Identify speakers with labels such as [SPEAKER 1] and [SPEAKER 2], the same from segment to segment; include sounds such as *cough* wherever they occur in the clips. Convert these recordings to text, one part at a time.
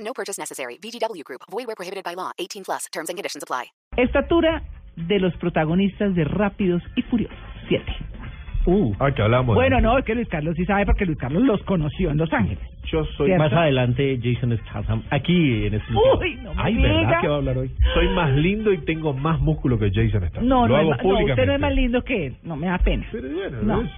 [SPEAKER 1] No purchase necessary. VGW Group. Void where prohibited by law. 18 plus. Terms and conditions apply.
[SPEAKER 2] Estatura de los protagonistas de Rápidos y Furiosos. Siete. Uh.
[SPEAKER 3] Ah, que hablamos.
[SPEAKER 2] Bueno, no, es que Luis Carlos sí sabe porque Luis Carlos los conoció en Los Ángeles.
[SPEAKER 3] Yo soy
[SPEAKER 2] ¿Cierto?
[SPEAKER 4] Más adelante, Jason Statham, aquí en este
[SPEAKER 2] Uy, no me
[SPEAKER 3] Ay,
[SPEAKER 2] diga.
[SPEAKER 3] ¿verdad que va a hablar hoy? Soy más lindo y tengo más músculo que Jason Statham.
[SPEAKER 2] No, no,
[SPEAKER 3] Lo
[SPEAKER 2] es
[SPEAKER 3] hago
[SPEAKER 2] ma- no,
[SPEAKER 3] públicamente.
[SPEAKER 2] usted no es más lindo que él. No, me da pena.
[SPEAKER 3] Pero bueno,
[SPEAKER 2] No.
[SPEAKER 3] es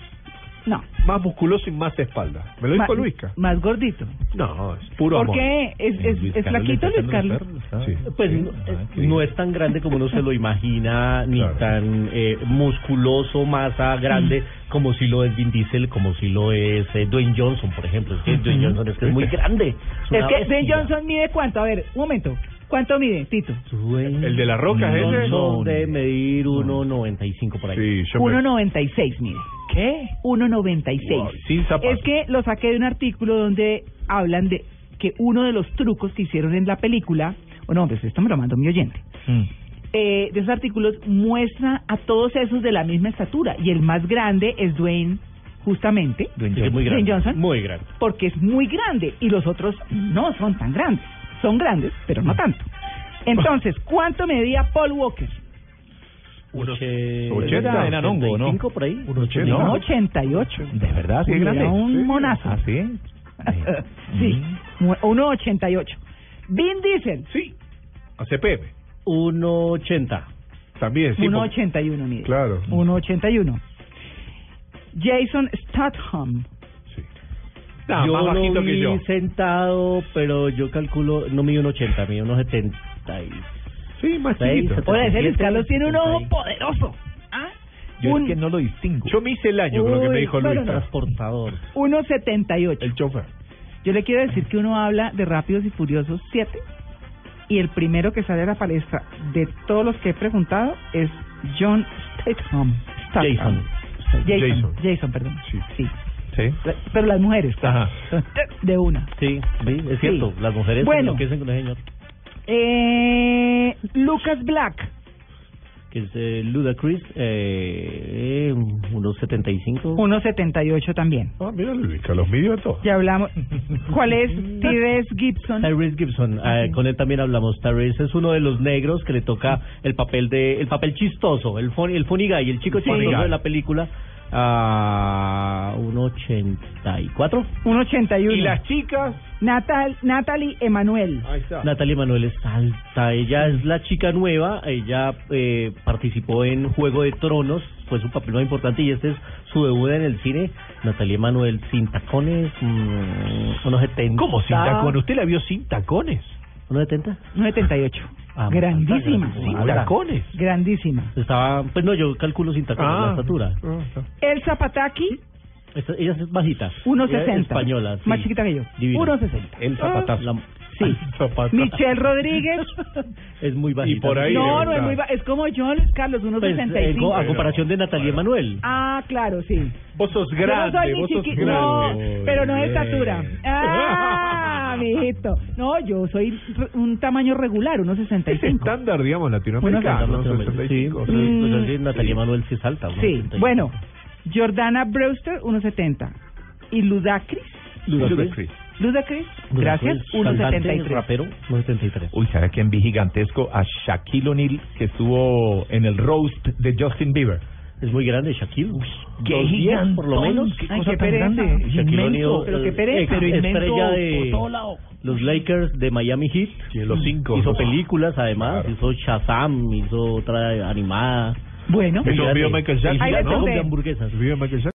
[SPEAKER 2] No.
[SPEAKER 3] más musculoso y más espalda. Me lo
[SPEAKER 2] Ma-
[SPEAKER 3] dijo Luisca.
[SPEAKER 2] Más gordito.
[SPEAKER 3] No, es puro
[SPEAKER 2] ¿Por
[SPEAKER 3] amor.
[SPEAKER 2] qué? ¿Es, es, es flaquito Luis Carlos?
[SPEAKER 3] Sí.
[SPEAKER 4] Pues no, eh, no es tan grande como uno se lo imagina, ni
[SPEAKER 3] Claro.
[SPEAKER 4] tan eh, musculoso, masa grande, como si lo es Vin Diesel, como si lo es eh, Dwayne Johnson, por ejemplo. Es que Dwayne Johnson es, que es muy grande. Es,
[SPEAKER 2] Es
[SPEAKER 4] una
[SPEAKER 2] que Ben
[SPEAKER 4] bestia.
[SPEAKER 2] Johnson mide cuánto. A ver, un momento. ¿Cuánto mide, Tito?
[SPEAKER 4] Dwayne
[SPEAKER 3] ¿El de la roca es ese?
[SPEAKER 4] Johnson debe medir 1.95 por ahí.
[SPEAKER 3] Sí, yo me...
[SPEAKER 2] 1.96 mide. ¿Qué? 1.96.
[SPEAKER 3] Wow, sin zapatos.
[SPEAKER 2] Es que lo saqué de un artículo donde hablan de que uno de los trucos que hicieron en la película, o no, pues esto me lo mandó mi oyente,
[SPEAKER 4] Mm.
[SPEAKER 2] eh, de esos artículos muestra a todos esos de la misma estatura y el más grande es Dwayne, justamente,
[SPEAKER 4] Es que es muy
[SPEAKER 2] Dwayne
[SPEAKER 4] grande.
[SPEAKER 2] Johnson.
[SPEAKER 4] Muy grande.
[SPEAKER 2] porque es muy grande y los otros no son tan grandes, son grandes, pero no tanto. Entonces, ¿cuánto medía Paul Walker?
[SPEAKER 3] Unos
[SPEAKER 4] Oche-
[SPEAKER 3] 80, enanongo, ¿no?
[SPEAKER 4] 85 por ahí.
[SPEAKER 3] Un 80.
[SPEAKER 2] No,
[SPEAKER 3] No.
[SPEAKER 2] 88.
[SPEAKER 5] ¿De verdad?
[SPEAKER 2] Sí,
[SPEAKER 5] ¿Sí,
[SPEAKER 2] era
[SPEAKER 5] grande?
[SPEAKER 2] un
[SPEAKER 5] Sí.
[SPEAKER 2] monazo.
[SPEAKER 5] ¿Ah, sí?
[SPEAKER 3] *laughs*
[SPEAKER 2] sí, mu- 1.88. Vin Diesel,
[SPEAKER 3] Sí, ACPM.
[SPEAKER 4] 1.80.
[SPEAKER 3] También, sí. por-
[SPEAKER 2] 1.81 mide.
[SPEAKER 3] Claro.
[SPEAKER 2] 1.81. Jason Statham,
[SPEAKER 3] Sí. Nada,
[SPEAKER 4] yo
[SPEAKER 3] Ah, más
[SPEAKER 4] lo
[SPEAKER 3] bajito que
[SPEAKER 4] vi
[SPEAKER 3] yo.
[SPEAKER 4] sentado, pero yo calculo, no mide un 80, mide unos 70. y-
[SPEAKER 3] Sí, más
[SPEAKER 4] Seis,
[SPEAKER 3] chiquito.
[SPEAKER 4] setenta.
[SPEAKER 2] Oye, ese Luis
[SPEAKER 4] 37,
[SPEAKER 2] Carlos tiene un ojo
[SPEAKER 4] 36.
[SPEAKER 2] poderoso. ¿Ah?
[SPEAKER 5] Yo
[SPEAKER 2] Un-
[SPEAKER 5] es que no lo distingo.
[SPEAKER 3] Yo me hice el año con lo que me
[SPEAKER 2] Uy,
[SPEAKER 3] dijo
[SPEAKER 2] bueno,
[SPEAKER 3] Luis.
[SPEAKER 4] Transportador.
[SPEAKER 2] 1.78.
[SPEAKER 3] El chofer.
[SPEAKER 2] Yo le quiero decir que uno habla de Rápidos y Furiosos 7 y el primero que sale a la palestra de todos los que he preguntado es John Statham. Statham.
[SPEAKER 4] Jason.
[SPEAKER 2] Jason. Jason.
[SPEAKER 3] Jason.
[SPEAKER 2] perdón. Sí.
[SPEAKER 3] Sí. Sí.
[SPEAKER 2] La- Pero las mujeres.
[SPEAKER 3] Ajá.
[SPEAKER 2] *laughs* De una.
[SPEAKER 4] Sí, sí, es cierto.
[SPEAKER 2] Sí.
[SPEAKER 4] Las mujeres
[SPEAKER 2] Bueno.
[SPEAKER 4] que enloquecen con el señor.
[SPEAKER 2] Eh, Lucas Black.
[SPEAKER 4] Que es eh, Ludacris, eh, eh, unos 75.
[SPEAKER 2] 1.78 también.
[SPEAKER 3] Ah, mira, Luisca, los midió a todos.
[SPEAKER 2] Ya hablamos. ¿Cuál es Tires Gibson?
[SPEAKER 4] Tyrese Gibson, eh, con él también hablamos. Tyrese es uno de los negros que le toca el papel de el papel chistoso, el funny, el funny guy, el chico
[SPEAKER 3] funny
[SPEAKER 4] chistoso
[SPEAKER 3] guy.
[SPEAKER 4] de la película a un 84.
[SPEAKER 2] 1.81.
[SPEAKER 3] Y las chicas.
[SPEAKER 2] Natal, Natalie Emanuel.
[SPEAKER 3] Ahí está.
[SPEAKER 4] Natalia Manuel es alta, ella es la chica nueva, ella eh, participó en Juego de Tronos, fue su papel más importante y este es su debut en el cine. Natalia Manuel sin tacones, mm, unos 70.
[SPEAKER 5] ¿Cómo sin tacones? ¿Usted la vio sin tacones?
[SPEAKER 4] ¿Unos 70?
[SPEAKER 2] 1.78.
[SPEAKER 4] Ah,
[SPEAKER 2] grandísima.
[SPEAKER 4] alta,
[SPEAKER 5] ¿Sin
[SPEAKER 4] alta.
[SPEAKER 5] tacones?
[SPEAKER 2] Grandísima.
[SPEAKER 4] Estaba, pues no, yo calculo sin tacones la estatura.
[SPEAKER 3] Ah, está.
[SPEAKER 2] Elsa Pataki,
[SPEAKER 4] Esta- ella es bajita. Ella
[SPEAKER 2] 1.60.
[SPEAKER 4] es española. sí.
[SPEAKER 2] Más chiquita que yo.
[SPEAKER 4] Divina.
[SPEAKER 2] 1.60.
[SPEAKER 3] El zapatazo.
[SPEAKER 4] La-
[SPEAKER 2] Sí.
[SPEAKER 3] Zapatazo.
[SPEAKER 2] Michelle Rodríguez.
[SPEAKER 4] es muy bajita.
[SPEAKER 3] Y por ahí-
[SPEAKER 2] no, no es
[SPEAKER 3] está.
[SPEAKER 2] muy ba- Es como yo, Luis Carlos,
[SPEAKER 4] Pues, eh, co- a
[SPEAKER 2] 1.65.
[SPEAKER 4] comparación de Natalia Manuel.
[SPEAKER 2] Ah, claro, sí.
[SPEAKER 3] Vos sos
[SPEAKER 2] Yo no
[SPEAKER 3] grande,
[SPEAKER 2] soy ni
[SPEAKER 3] vos sos
[SPEAKER 2] chiqui-
[SPEAKER 3] grande.
[SPEAKER 2] No, pero no de
[SPEAKER 3] Bien.
[SPEAKER 2] estatura.
[SPEAKER 3] *laughs*
[SPEAKER 2] Ah, mijito. No, yo soy r- un tamaño regular,
[SPEAKER 3] Es
[SPEAKER 2] 1.65.
[SPEAKER 3] estándar, digamos, latinoamericano.
[SPEAKER 4] Sí,
[SPEAKER 3] ¿no? 65,
[SPEAKER 4] pues,
[SPEAKER 3] sí.
[SPEAKER 4] así Natalia Manuel sí es alta. ¿no?
[SPEAKER 2] Mm. Sí,
[SPEAKER 4] 75.
[SPEAKER 2] bueno. Jordana Brewster, 1.70. Y Ludacris.
[SPEAKER 4] Ludacris.
[SPEAKER 2] Ludacris, gracias,
[SPEAKER 4] Ludacris, pues, cantante,
[SPEAKER 2] 1.73.
[SPEAKER 4] rapero, 1.73.
[SPEAKER 5] Uy, ¿sabe quién vi gigantesco? A Shaquille O'Neal, que estuvo en el roast de Justin Bieber.
[SPEAKER 4] Es muy grande Shaquille.
[SPEAKER 5] qué
[SPEAKER 4] Dos diez,
[SPEAKER 5] gigantón,
[SPEAKER 4] por lo menos.
[SPEAKER 5] qué
[SPEAKER 2] Ay,
[SPEAKER 5] cosa
[SPEAKER 2] qué
[SPEAKER 5] tan
[SPEAKER 2] pereza.
[SPEAKER 5] grande.
[SPEAKER 4] Shaquille
[SPEAKER 5] Inmenso,
[SPEAKER 4] O'Neal,
[SPEAKER 2] pero qué
[SPEAKER 4] eh,
[SPEAKER 2] pereza.
[SPEAKER 4] ex-
[SPEAKER 5] Inmenso
[SPEAKER 4] estrella
[SPEAKER 5] por todo
[SPEAKER 4] de
[SPEAKER 5] lado.
[SPEAKER 4] los Lakers de Miami Heat.
[SPEAKER 3] Sí, los cinco,
[SPEAKER 4] Hizo
[SPEAKER 3] ¿no?
[SPEAKER 4] películas, además.
[SPEAKER 3] Claro.
[SPEAKER 4] Hizo Shazam, hizo otra animada.
[SPEAKER 2] Bueno,
[SPEAKER 3] Eso
[SPEAKER 4] Muy
[SPEAKER 3] vio
[SPEAKER 4] grande.
[SPEAKER 3] Michael
[SPEAKER 4] Y
[SPEAKER 3] Jackson,
[SPEAKER 2] Ahí la
[SPEAKER 4] gigantón
[SPEAKER 2] conté.
[SPEAKER 4] de hamburguesas.
[SPEAKER 3] Vio Michael Jackson.